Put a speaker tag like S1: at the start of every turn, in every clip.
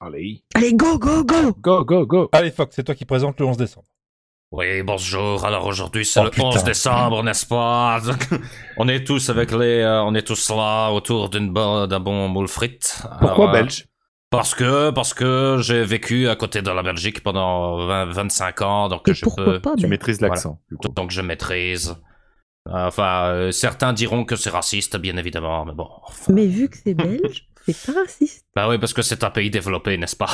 S1: Allez.
S2: Allez, go, go, go
S1: Go, go, go.
S3: Allez, Ah Fox, c'est toi qui présente le 11 décembre.
S4: Oui, bonjour. Alors aujourd'hui, c'est
S3: Oh,
S4: le
S3: putain.
S4: 11 décembre, n'est-ce pas On est tous avec les, euh, on est tous là autour d'une bo- d'un bon moule frite.
S1: Pourquoi
S5: Ah,
S4: Alors, euh,
S1: belge
S4: Parce que parce que j'ai vécu à côté de la Belgique pendant 20 25 ans, donc
S2: Et
S4: je
S2: pourquoi
S4: peux,
S2: pas
S1: Tu
S2: ben,
S1: maîtrises l'accent. du coup.
S4: donc je maîtrise. Enfin, euh, certains diront que c'est raciste, bien évidemment, mais bon. enfin.
S2: Mais vu que c'est belge, c'est pas raciste.
S4: Bah oui, parce que c'est un pays développé, n'est-ce pas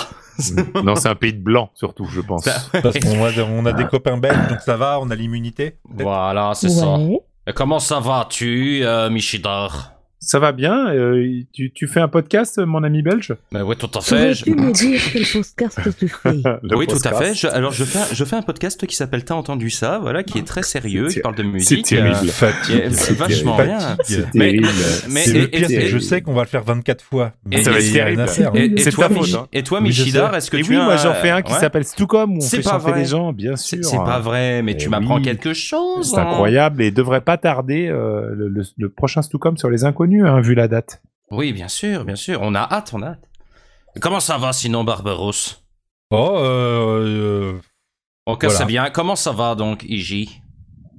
S1: non, c'est un pays de blanc, surtout, je pense.
S3: Parce qu'on a, on a des copains belges, donc ça va, on a l'immunité. peut-être.
S4: Voilà, c'est ça.
S2: Ouais.
S4: Et comment ça va, tu, euh, Michidar
S1: Ça va bien euh, tu, tu fais un podcast, euh, mon ami belge
S4: Mais oui, tout à fait. je-
S2: Peux-tu me dire quel podcast tu fais
S1: Le
S5: oui, tout à
S1: podcast.
S5: fait. Je- alors, je fais, un- je fais un podcast qui s'appelle T'as entendu ça Voilà, qui est très sérieux, qui
S1: C'est-
S5: parle de
S1: C'est
S5: musique.
S1: terrible.
S5: euh, qui est- C'est vachement
S3: Fatigue.
S5: bien.
S1: C'est
S5: Mais-
S1: terrible.
S5: mais-
S3: C'est
S5: et-
S3: le pire,
S5: et-
S3: c'est que je
S1: et-
S3: sais qu'on va le faire 24 fois.
S5: Et-
S1: Ça va
S3: il y
S1: être
S3: a rien à
S1: terrible.
S3: faire, hein.
S5: Et, et
S1: C'est
S5: toi,
S1: ta faute,
S5: Mich-
S1: hein.
S5: et toi,
S3: Oui, je
S5: Michidar,
S3: sais.
S5: est-ce que
S1: Et
S5: tu
S1: oui,
S5: as
S1: moi
S5: un-
S1: j'en fais un qui
S5: ouais.
S1: s'appelle Stucom où on
S5: C'est
S1: fait
S5: pas
S1: chanter
S5: vrai.
S1: les gens, bien sûr.
S5: C'est c'est pas vrai, mais
S1: Eh
S5: tu m'apprends
S1: oui.
S5: quelque chose.
S1: C'est
S5: hein.
S1: incroyable et il devrait pas tarder euh, le, le- le prochain Stucom sur les inconnus, hein, vu la date.
S5: Oui, bien sûr, bien sûr. On a hâte, on a hâte.
S4: Comment ça va sinon, Barbaros
S3: Oh, euh, euh,
S4: Ok,
S3: Voilà.
S4: c'est bien. Comment ça va donc, Iji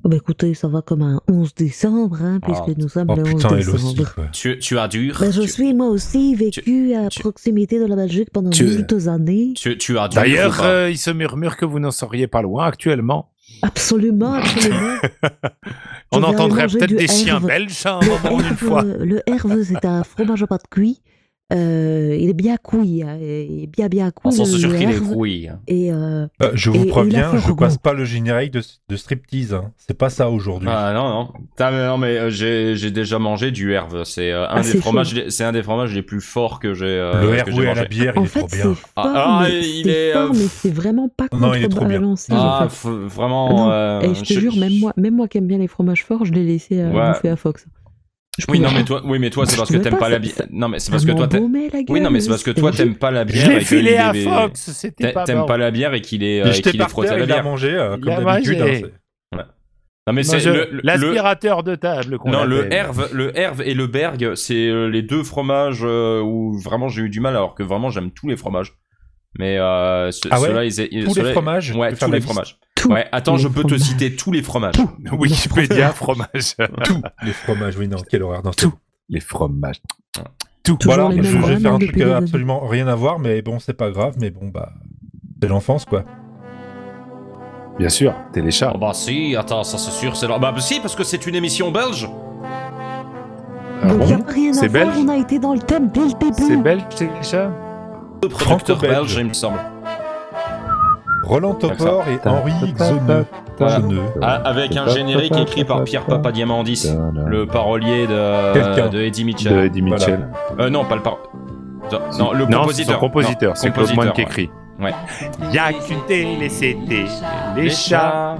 S2: Bah écoutez, ça va comme un 11 décembre, hein, puisque
S4: Oh,
S2: nous sommes
S3: oh
S2: le 11
S3: putain, elle aussi.
S2: décembre.
S3: quoi.
S4: tu, tu as dur
S2: Ben, je
S4: tu,
S2: suis moi aussi vécu à
S4: tu-
S2: proximité de la Belgique pendant
S1: tu-
S2: quelques années.
S4: tu, tu as dur ou
S1: D'ailleurs,
S4: pas
S1: euh, il se murmure que vous n'en seriez pas loin actuellement.
S2: Absolument, absolument. Je
S1: On
S2: vais aller
S1: entendrait
S2: manger
S1: peut-être
S2: du
S1: des chiens
S2: Herve.
S1: belges hein, à un
S2: Le
S1: moment, une
S2: Herve,
S1: fois.
S2: le Herve, c'est un fromage à pâte cuit. Euh, il est bien cuit, hein, il est bien bien cuit.
S4: On s'en
S2: le-
S4: est sûr
S2: le
S4: qu'il est
S2: Herve.
S4: rouille.
S5: hein.
S2: Et euh,
S3: Euh, je
S2: Et-
S3: vous
S2: et
S3: préviens,
S2: la
S3: je
S2: fourgon.
S3: passe pas le générique de, de striptease. hein. C'est pas ça aujourd'hui.
S4: Ah non, non. Putain, mais non, mais euh, j'ai j'ai déjà mangé du herve. C'est euh, un,
S2: Ah,
S4: des
S2: c'est
S4: fromages les- c'est un des fromages les plus forts que j'ai euh,
S3: le
S4: que j'ai
S3: RW à la
S4: mangé.
S3: bière,
S2: en
S3: il est
S2: fait,
S3: trop
S2: c'est fort,
S3: bien.
S4: Ah, ah,
S2: mais
S4: il
S2: c'est
S4: est,
S2: fort,
S4: euh,
S2: mais c'est vraiment pas
S3: Non, il est trop bien.
S2: contrebalancé.
S4: Ah,
S2: en fait.
S4: f- vraiment.
S2: Ah non.
S4: euh,
S2: Et je te jure, même moi, même moi qui aime bien les fromages forts, je l'ai laissé euh,
S4: Ouais.
S2: bouffer à Fox. Je
S4: Oui,
S2: pouvais
S4: non,
S2: pas.
S4: mais toi, oui, mais toi, c'est
S2: Je
S4: parce que
S2: pouvais
S4: t'aimes
S2: pas,
S4: pas la
S2: ça-
S4: bière.
S2: ça-
S4: Non, mais c'est
S2: Ça
S4: parce que toi, t'aimes.
S2: m'embaumait la gueule,
S4: Oui, non, mais c'est parce que
S2: c'était
S4: toi,
S2: horrible.
S4: t'aimes pas la
S1: Je
S4: bière. et
S1: l'ai
S4: que
S1: filé
S4: il
S1: à
S4: est-
S1: Fox, c'était
S4: t'a-
S1: pas
S4: T'aimes
S1: bon.
S4: pas la bière et qu'il est, euh,
S3: Il est jeté
S4: qu'il est
S3: par
S4: frotté à
S3: terre,
S4: la
S3: il a
S4: bière.
S3: mangé, euh,
S1: Il a
S3: comme d'habitude.
S1: mangé.
S3: hein, c'est-
S4: Non, mais
S1: Non,
S4: c'est
S1: je-
S4: le, le- le-
S1: L'aspirateur de table qu'on
S4: Non, le
S1: appelle.
S4: Herve, le Herve et le Berg, c'est euh, les deux fromages euh, où vraiment j'ai eu du mal, alors que vraiment j'aime tous les fromages. Mais euh, ce-
S3: Ah ouais
S4: ceux-là, ils, ils-
S3: Tous les
S4: ceux-là-
S3: fromages.
S4: Ouais,
S3: tu peux faire
S4: tous
S3: la
S4: les
S3: liste.
S4: fromages.
S2: Tout.
S4: Ouais, attends,
S2: les
S4: je peux te
S2: fromages.
S4: citer tous les fromages.
S1: Wikipédia, fromage.
S3: Tous les fromages, oui, non, quelle horreur. Non, c'est-
S1: Tout. Les fromages.
S3: Tout.
S2: Toujours
S3: Voilà,
S2: les mêmes
S3: je vais faire
S2: ramen
S3: un truc
S2: depuis
S3: qui a
S2: des années.
S3: absolument rien à voir, mais bon, c'est pas grave, mais bon, bah. C'est l'enfance, quoi.
S1: Bien sûr,
S4: Oh
S1: télécharge.
S4: bah si, attends, ça c'est sûr, c'est là. Bah si, parce que c'est une émission belge.
S1: Ah
S2: Donc,
S1: bon
S2: y a rien
S1: C'est
S2: à voir,
S1: belge
S2: on a été dans le thème dès le début.
S1: C'est belge, télécharge
S4: De producteurs
S3: Franco-belge.
S4: belges, il me semble.
S3: Roland Topor et Henri Xoneux.
S4: Voilà.
S3: Xoneux.
S4: Ah, Avec un générique écrit par Pierre Papadiamandis, le parolier
S3: Quelqu'un.
S4: de, de Eddie Mitchell.
S1: De Eddie
S3: Voilà.
S1: Mitchell.
S4: Euh, non, pas le par... Attends, Non, le
S1: Non, c'est
S4: compositeur.
S1: son compositeur, c'est Claude Moine qui écrit.
S4: Ouais.
S1: Y a qu'une télé, c'était les chats.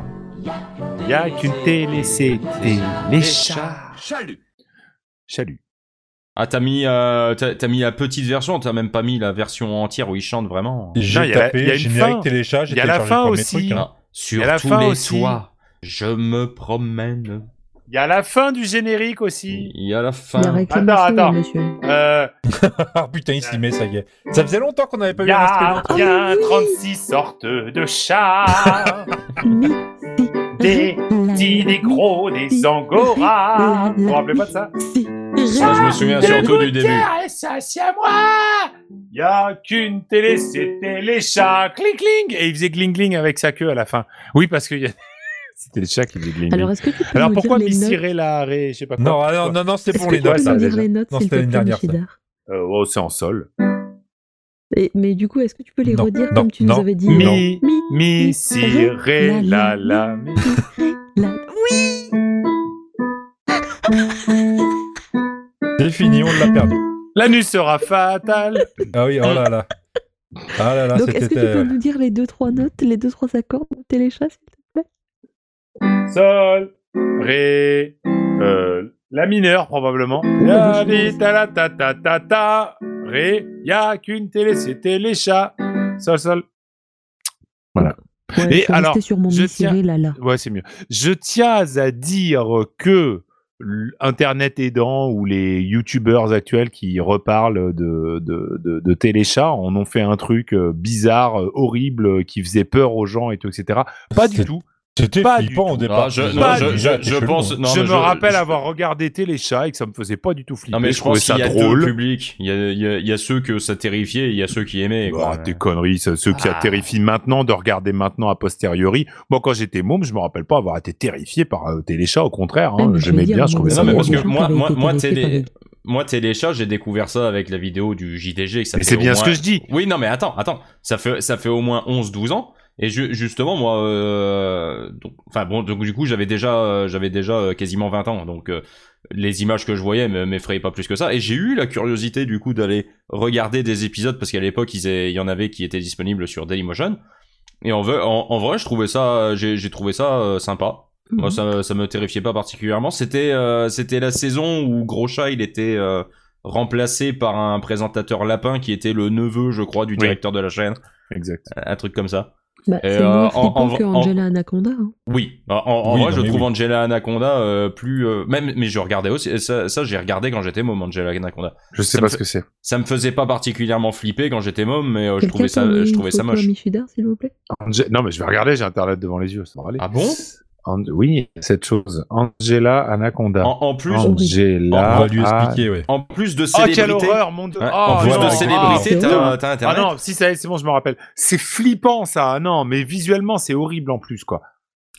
S1: Y a qu'une télé, c'était les chats.
S6: Salut
S1: Salut.
S4: Ah, t'as mis, euh, t'as, t'as mis la petite version, t'as même pas mis la version entière où il chante vraiment.
S1: Non,
S3: J'ai
S1: y a- y a
S3: tapé
S1: une fin.
S3: générique télécharge. j'ai
S1: Y a la
S3: téléchargé
S1: fin
S3: le premier
S1: aussi.
S3: truc, hein.
S4: Ah, Sur
S1: Et à la
S4: tous
S1: fin
S4: les
S1: aussi.
S4: toits, je me promène.
S1: Il y a la fin du générique aussi.
S4: Il y a la fin.
S2: Il a réclamé
S1: Attends,
S2: ça,
S1: attends.
S2: monsieur.
S1: Euh,
S3: Ah putain, il s'y met, ça y est. Ça faisait longtemps qu'on n'avait pas
S1: Il
S3: eu
S1: y
S3: un instrument.
S1: a
S2: Ah,
S1: bien
S2: mais oui.
S1: 36 sortes de chats.
S2: Mi, si,
S1: Des
S2: ré, la,
S1: petits, des gros, des angoras. Vous vous rappelez pas de ça
S2: Si, ré,
S4: Ça, je me souviens surtout du
S1: Écoutez,
S4: début.
S1: ça, c'est à moi Y a qu'une télé, c'était les chats. Cling, cling Et il faisait gling, gling avec sa queue à la fin. Oui, parce que y a- c'était les chats qui faisaient gling,
S2: Alors,
S1: gling.
S2: est-ce que tu peux
S1: Alors
S2: nous
S1: pourquoi
S2: dire les notes
S1: Missiré la ré Je sais pas quoi.
S3: Non, ah, non, non, non, c'est
S2: Est-ce
S3: pour
S2: que
S3: les
S2: tu peux
S3: notes,
S2: nous
S3: ça.
S2: dire
S3: déjà.
S2: les notes,
S3: Non,
S2: s'il
S3: c'était
S2: te plaît,
S3: l'année dernière, ça.
S2: Michidar
S1: Euh, oh, c'est en sol.
S2: Et- Mais du coup, est-ce que tu peux les
S3: Non,
S2: redire
S3: non,
S2: comme tu nous
S3: non,
S2: avais dit
S3: non.
S1: Mi,
S2: Mi,
S1: mi, si, ré, la, la, mi.
S2: ré, la.
S3: C'est fini, on l'a perdu.
S1: La nuit sera fatale.
S3: Ah oui, oh là là. Ah là là,
S2: Donc, est-ce que tu
S3: c'était.
S1: euh,
S2: peux nous dire les deux, trois notes, les deux, trois accords de Téléchat s'il te plaît
S1: Sol, ré, euh, la mineure probablement. La vie, ta la ta ta ta ta, ré, y a qu'une télé, c'était les chats. Sol, sol.
S2: Ouais,
S1: Et
S2: je suis
S1: alors,
S2: restée sur mon
S1: je
S2: mi, si,
S1: tiens-
S2: ré, la, la.
S1: Ouais, c'est mieux. Je tiens à dire que Internet aidant ou les youtubeurs actuels qui reparlent de, de, de, de téléchat en ont fait un truc euh, bizarre, euh, horrible, euh, qui faisait peur aux gens et tout, etc. Pas du
S3: C'est-
S1: tout.
S3: C'était
S1: Pas du
S3: flippant au
S1: tout.
S3: départ.
S4: Ah, je- non,
S1: Pas
S4: je-
S1: du-
S4: je-
S3: Déjà,
S4: je
S3: t'es
S4: pense.
S3: chelou,
S4: non,
S1: je
S4: mais
S1: me rappelle
S4: je-
S1: avoir regardé téléchat et que ça me faisait pas du tout flipper.
S4: Non, mais je
S1: trouvais
S4: pense qu'il
S1: ça
S4: y a deux
S1: drôle.
S4: publics. Il y a, il y a- il y a ceux que ça terrifiait et il y a ceux qui aimaient.
S1: Bah,
S4: quoi.
S1: arrête tes conneries, ça- ceux qui
S4: Ah.
S1: terrifient maintenant, de regarder maintenant a posteriori. Moi, quand j'étais môme, je me rappelle pas avoir été terrifié par euh, Téléchat, au contraire. hein.
S2: Ouais, mais je
S1: J'aimais
S2: veux dire,
S1: bien, je
S2: moi,
S1: trouvais
S2: mais
S1: ça
S4: non, mais
S2: il y
S1: drôle.
S2: a
S4: parce
S2: des
S4: que
S2: gens
S4: moi,
S2: qui avaient
S4: moi,
S2: été
S4: moi,
S2: terrifiés
S4: télé-
S2: par des-
S4: moi, Téléchat, j'ai découvert ça avec la vidéo du JDG. Que ça
S1: Mais
S4: fait
S1: c'est
S4: au
S1: bien ce
S4: moins-
S1: que je dis.
S4: Oui, non, mais attends, attends. Ça fait, ça fait au moins 11-12 ans. Et ju- justement, moi, euh, donc- enfin bon, donc du coup, j'avais déjà, euh, j'avais déjà euh, quasiment 20 ans. Donc euh, les images que je voyais me- m'effrayaient pas plus que ça. Et j'ai eu la curiosité du coup d'aller regarder des épisodes parce qu'à l'époque, ils a- il y en avait qui étaient disponibles sur Dailymotion. Et en, ve- en, en vrai, je trouvais ça, j'ai j'ai trouvé ça euh, sympa. Moi,
S2: Mhm.
S4: ça, ça me terrifiait pas particulièrement. C'était, euh, c'était la saison où Gros Chat, il était euh, remplacé par un présentateur lapin qui était le neveu, je crois, du
S1: Oui.
S4: directeur de la chaîne.
S1: Exact.
S4: Un truc comme ça.
S2: Bah,
S4: Et,
S2: c'est
S4: euh,
S2: moins
S4: en- en
S2: flippant
S4: vrai-
S2: que Angela Anaconda. hein.
S4: Oui. En, en- en
S3: Oui,
S4: vrai,
S3: non,
S4: je
S3: mais
S4: trouve
S3: oui.
S4: Angela Anaconda euh, plus. euh, même, mais je regardais aussi. Ça, ça, j'ai regardé quand j'étais môme, Angela Anaconda.
S1: Je sais
S4: Ça me
S1: pas
S4: fait-
S1: ce que c'est.
S4: Ça me faisait pas particulièrement flipper quand j'étais môme, mais euh, je
S2: Quelqu'un
S4: trouvais ça,
S2: peut envoyer
S4: je
S2: une
S4: trouvais ça
S2: photo à
S4: moche.
S2: Michidar, s'il vous plaît.
S1: Ange- Non, mais je vais regarder, j'ai Internet devant les yeux, ça va aller.
S4: Ah bon
S1: An- Oui, cette chose. Angela Anaconda.
S4: En, en plus,
S2: Oh.
S1: Angela.
S3: On va lui
S1: Ah.
S3: expliquer, ouais.
S4: en plus de
S1: Oh,
S4: célébrité.
S1: Ah. quelle horreur, mon dieu.
S4: Ouais,
S1: Oh,
S4: en plus
S1: non.
S4: de
S2: Ah,
S4: célébrité,
S2: c'est
S4: t'as,
S2: horrible.
S4: t'as
S1: Ah
S4: Internet.
S1: non, si ça y est, c'est bon, je me rappelle. C'est flippant ça, ah non, mais visuellement c'est horrible en plus quoi.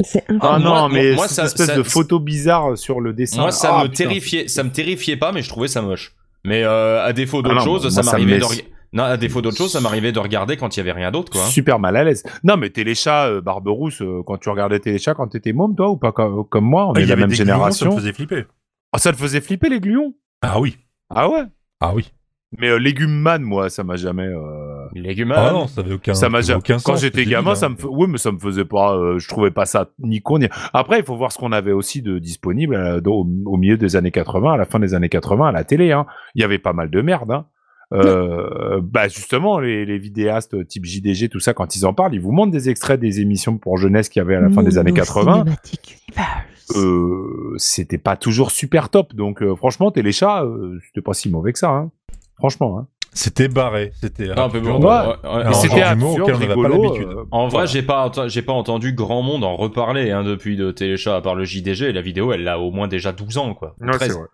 S2: C'est un
S1: Ah,
S4: Ah, moi-
S1: non, mais
S4: moi,
S1: cette
S4: ça-
S1: espèce
S4: ça-
S1: de photo bizarre sur le dessin.
S4: Moi, ça
S1: Ah,
S4: me
S1: putain.
S4: terrifiait, ça me terrifiait pas, mais je trouvais ça moche. Mais euh, à défaut d'autre
S1: Ah non,
S4: chose,
S1: moi, ça
S4: ça
S1: me
S4: m'arrivait de
S1: laisse-
S4: rega- non, à défaut d'autre chose, ça m'arrivait de regarder quand il y avait rien d'autre, quoi.
S1: Super mal à l'aise. Non, mais Téléchat, euh, Barberousse, euh, quand tu regardais Téléchat quand t'étais môme, toi, ou pas comme, comme moi, on
S3: Ah,
S1: est
S3: il y
S1: la
S3: avait
S1: même
S3: des gluons, ça me
S1: génération.
S3: faisait flipper.
S1: Ah, ça te faisait flipper les gluons
S3: Ah oui.
S1: Ah ouais
S3: Ah oui.
S1: Mais euh, légumes man, moi, ça m'a jamais. euh,
S4: Légumes.
S3: Ah non, ça avait aucun,
S1: ça m'a
S3: ça
S1: ja-
S3: avait aucun sens.
S1: quand j'étais
S3: c'était
S1: gamin,
S3: débile,
S1: ça
S3: hein.
S1: me, fa- oui, mais ça me faisait pas, euh, je trouvais pas ça ni con ni. Après, il faut voir ce qu'on avait aussi de disponible euh, dans- au, au milieu des années 80, à la fin des années 80, à la télé. hein. Il y avait pas mal de merde. hein. Euh, bah justement, les, les vidéastes type JDG, tout ça, quand ils en parlent, ils vous montrent des extraits des émissions pour jeunesse qu'il y avait à la
S2: Mmh,
S1: fin des années 80.
S2: Cinématique Universe.
S1: Euh, c'était pas toujours super top. Donc euh, franchement, Téléchat, euh, c'était pas si mauvais que ça. hein. Franchement. hein.
S3: C'était barré. C'était.
S4: Non, mais bon,
S3: absurde.
S1: Ouais.
S4: ouais,
S3: Mais
S4: ouais,
S1: Et
S4: en-
S3: c'était
S1: c'était
S3: genre d'humour
S1: absurde,
S3: auquel on n'avait pas
S1: rigolo,
S3: l'habitude.
S1: euh,
S4: en vrai, j'ai pas, ent- j'ai pas entendu grand monde en reparler hein, depuis de Téléchat, à part le JDG. et La vidéo, elle a au moins déjà 12 ans, quoi.
S1: Non, c'est
S4: 13.
S1: vrai.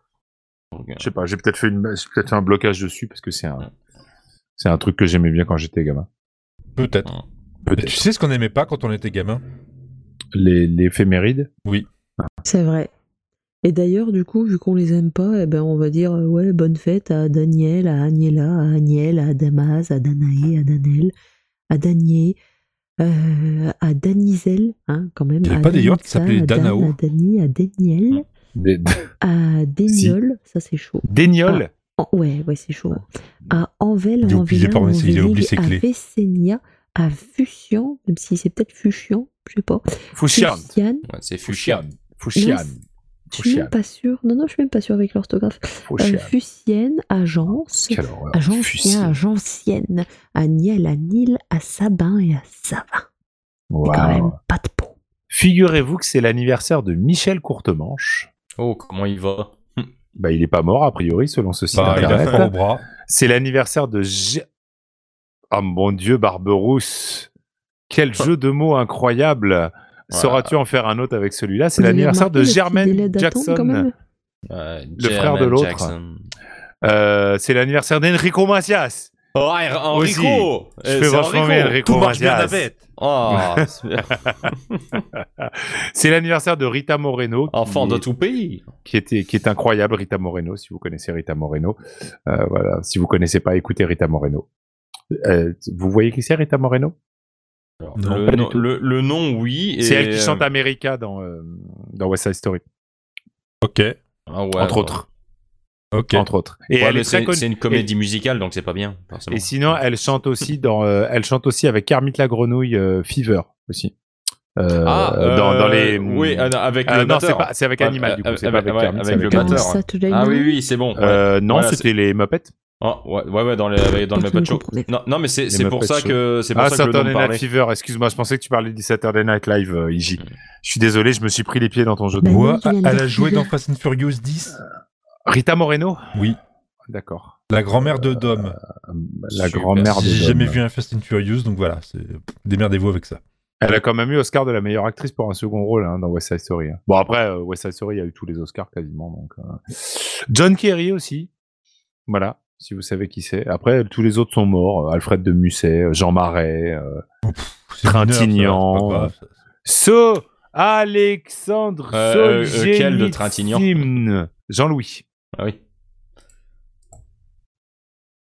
S4: Donc, euh,
S1: Je sais pas, j'ai peut-être fait, une... j'ai peut-être fait un blocage dessus parce que c'est
S4: Ouais.
S1: un... c'est un truc que j'aimais bien quand j'étais gamin.
S3: Peut-être. Mais
S1: Peut-être.
S3: Tu sais ce qu'on n'aimait pas quand on était gamin
S1: Les, les éphémérides
S2: C'est vrai. Et d'ailleurs, du coup, vu qu'on les aime pas, eh ben, on va dire euh, ouais, bonne fête à Daniel, à Agnella, à Agnel, à Damas, à Danae, à Danel, à Danier, euh, à Danisel, hein, quand même.
S3: Il y avait
S2: à
S3: pas des yachts qui
S2: Danitza,
S3: s'appelaient
S2: à Dan,
S3: Danao
S2: À Dani, à Daniel,
S1: Des... Ah.
S2: à Déniol, ça c'est chaud.
S1: Dégnol
S2: En- ouais, ouais, c'est chaud. À Anvel,
S3: Il a
S2: à
S3: oublié,
S2: Anvilla,
S3: pardon, il a oublié ses
S2: à
S3: clés.
S2: Vessenia, à Fusian, même si c'est peut-être Fuchian, je sais pas.
S1: Fouchian.
S2: Fusian,
S4: ouais, c'est fuchsia.
S1: Fouchian.
S2: Non, je suis même pas sûre. Non, non, je suis même pas sûre avec l'orthographe. Euh,
S1: Fouchian.
S2: Fusienne, agence,
S1: Quelle horreur.
S2: à Gencien,
S1: Fuchsia.
S2: à Gencienne, à Niel, à Nil, à Sabin et à Savin.
S1: Wow.
S2: Et quand même, pas de peau.
S1: Figurez-vous que c'est l'anniversaire de Michel Courtemanche.
S4: Oh, comment il va
S1: Bah, il est pas mort, a priori, selon ce site
S3: Bah, Il a
S1: internet.
S3: froid au bras.
S1: C'est l'anniversaire de. G... Oh mon dieu, Barberousse Quel jeu de mots incroyable Sauras-tu en faire un autre avec celui-là C'est
S2: Vous avez
S1: l'anniversaire
S2: remarqué
S1: de
S2: le petit
S1: Germaine
S2: délai d'attente, quand
S1: Jackson.
S2: même
S4: Euh,
S1: Le
S4: Jermaine
S1: frère de l'autre.
S4: Jackson.
S1: Euh, c'est l'anniversaire d'Enrico Macias.
S4: Oh, Her- Enrico
S1: Je
S4: Eh,
S1: fais
S4: c'est
S1: vachement
S4: Enrico.
S1: bien Enrico
S3: Tout marche bien
S1: Macias.
S3: avec.
S4: Oh, super.
S1: C'est l'anniversaire de Rita Moreno. qui
S4: enfant de
S1: est-
S4: tout pays.
S1: qui, était, qui est incroyable, Rita Moreno, si vous connaissez Rita Moreno. Euh, voilà, si vous connaissez pas, écoutez Rita Moreno. Euh, vous voyez qui c'est Rita Moreno
S3: Non,
S4: le,
S1: pas du
S4: nom,
S1: tout.
S4: le- le nom, oui. et- euh,
S1: C'est elle qui chante America dans, euh, dans West Side Story,
S3: Ok.
S4: Ah ouais,
S1: entre
S4: ouais.
S1: autres.
S3: Ok.
S1: Entre autres. Et
S4: Ouais,
S1: elle
S4: mais
S1: est très
S4: c'est-
S1: connue.
S4: C'est une comédie musicale, donc c'est pas bien. forcément.
S1: Et sinon, elle chante aussi dans, euh, elle chante aussi avec Carmite la grenouille euh, Fever aussi. Euh,
S4: Ah, euh,
S1: dans, dans les.
S4: Oui, ah, non, avec
S1: Ah,
S4: le
S1: non,
S4: batteur.
S1: c'est pas, c'est avec
S4: Ouais, euh,
S1: Animal du coup,
S4: avec-
S1: c'est pas avec
S4: ouais,
S1: Kermit,
S4: avec
S1: c'est
S4: le
S1: avec
S4: batteur.
S1: Animal.
S2: Dans Saturday
S4: Ah oui,
S2: Night.
S4: oui, c'est bon. ouais.
S1: Euh, non,
S4: Voilà,
S1: c'était les Muppets.
S4: Ah, ouais, ouais, ouais, dans, les, dans le
S2: Personne
S4: Muppet
S2: ne
S4: Show.
S2: comprenait.
S4: Non, non, mais c'est
S1: Les
S4: c'est pour
S1: Muppet
S4: ça
S1: Show.
S4: que c'est pour
S1: Ah,
S4: ça que le nom
S1: Saturday Night
S4: parlait.
S1: Fever, excuse-moi, je pensais que tu parlais du Saturday Night Live, euh, IJ.
S4: Mm.
S1: Je suis désolé, je me suis pris les pieds dans ton jeu de
S2: Bah
S1: mots.
S2: non,
S3: Moi,
S2: tu viens de
S3: elle
S2: dire
S3: a joué
S2: Peter.
S3: dans Fast and Furious 10.
S1: Rita Moreno
S3: Oui.
S1: D'accord.
S3: La grand-mère de Dom.
S1: Ah, La
S4: Super.
S1: grand-mère
S3: J'ai
S1: de
S3: jamais
S1: Dom.
S3: vu un Fast and Furious, donc voilà, c'est- pff, démerdez-vous avec ça.
S1: Elle a quand même eu Oscar de la meilleure actrice pour un second rôle hein, dans West Side Story. hein. Bon, après, euh, West Side Story a eu tous les Oscars quasiment. Donc, euh. John Kerry aussi. Voilà, si vous savez qui c'est. Après, tous les autres sont morts. Euh, Alfred de Musset, euh, Jean Marais, euh,
S3: C'est une heure, ça, c'est pas
S1: Trintignant.
S3: grave, ça.
S1: So Alexandre
S4: Euh, euh, euh, quel
S1: Solzhenitsyn.
S4: de Trintignant
S1: Jean-Louis.
S4: Ah oui.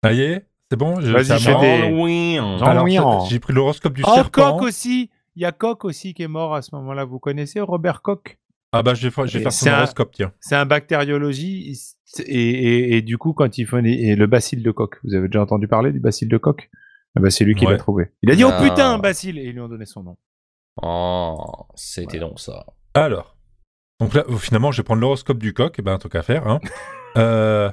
S3: Ça y est, c'est bon je-
S1: Vas-y,
S3: c'est à
S1: fais
S3: moi.
S1: des-
S4: Jean-Louis.
S1: Jean-
S3: Alors,
S1: Jean-Louis
S3: ça-
S1: en-
S3: J'ai pris l'horoscope du
S1: Oh,
S3: serpent.
S1: Koch aussi Il y a Koch aussi qui est mort à ce moment-là. Vous connaissez Robert Koch
S3: Ah bah, je vais, fa- je vais
S1: Et
S3: faire
S1: c'est
S3: son
S1: un-
S3: horoscope, tiens.
S1: C'est un bactériologiste et, et- et du coup, quand il fait les- et le bacille de coq, vous avez déjà entendu parler du bacille de coq Ah bah, C'est lui qui
S3: Ouais.
S1: l'a trouvé. Il a dit
S4: Ah.
S1: Oh putain, un bacille Et ils lui ont donné son nom.
S4: Oh, c'était donc ça.
S3: Alors, donc là, finalement, je vais prendre l'horoscope du coq, et ben, tant qu'à faire. hein. Euh,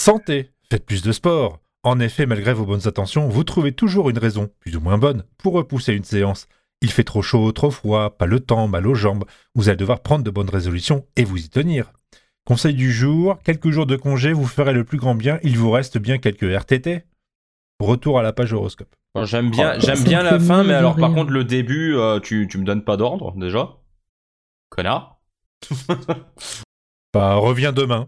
S3: santé, faites plus de sport. En effet, malgré vos bonnes intentions, vous trouvez toujours une raison, plus ou moins bonne, pour repousser une séance. Il fait trop chaud, trop froid, pas le temps, mal aux jambes. Vous allez devoir prendre de bonnes résolutions et vous y tenir. Conseil du jour, quelques jours de congé vous ferez le plus grand bien, il vous reste bien quelques RTT. Retour à la page horoscope.
S4: Bon, j'aime bien,
S1: Ah,
S2: Oh,
S4: j'aime
S2: ça
S4: bien
S2: me
S4: la
S2: fait
S4: fin,
S2: mourir
S4: mais
S2: de
S4: alors par
S2: rire.
S4: contre le début, euh, tu, tu me donnes pas d'ordre déjà, connard.
S3: Bah, reviens demain.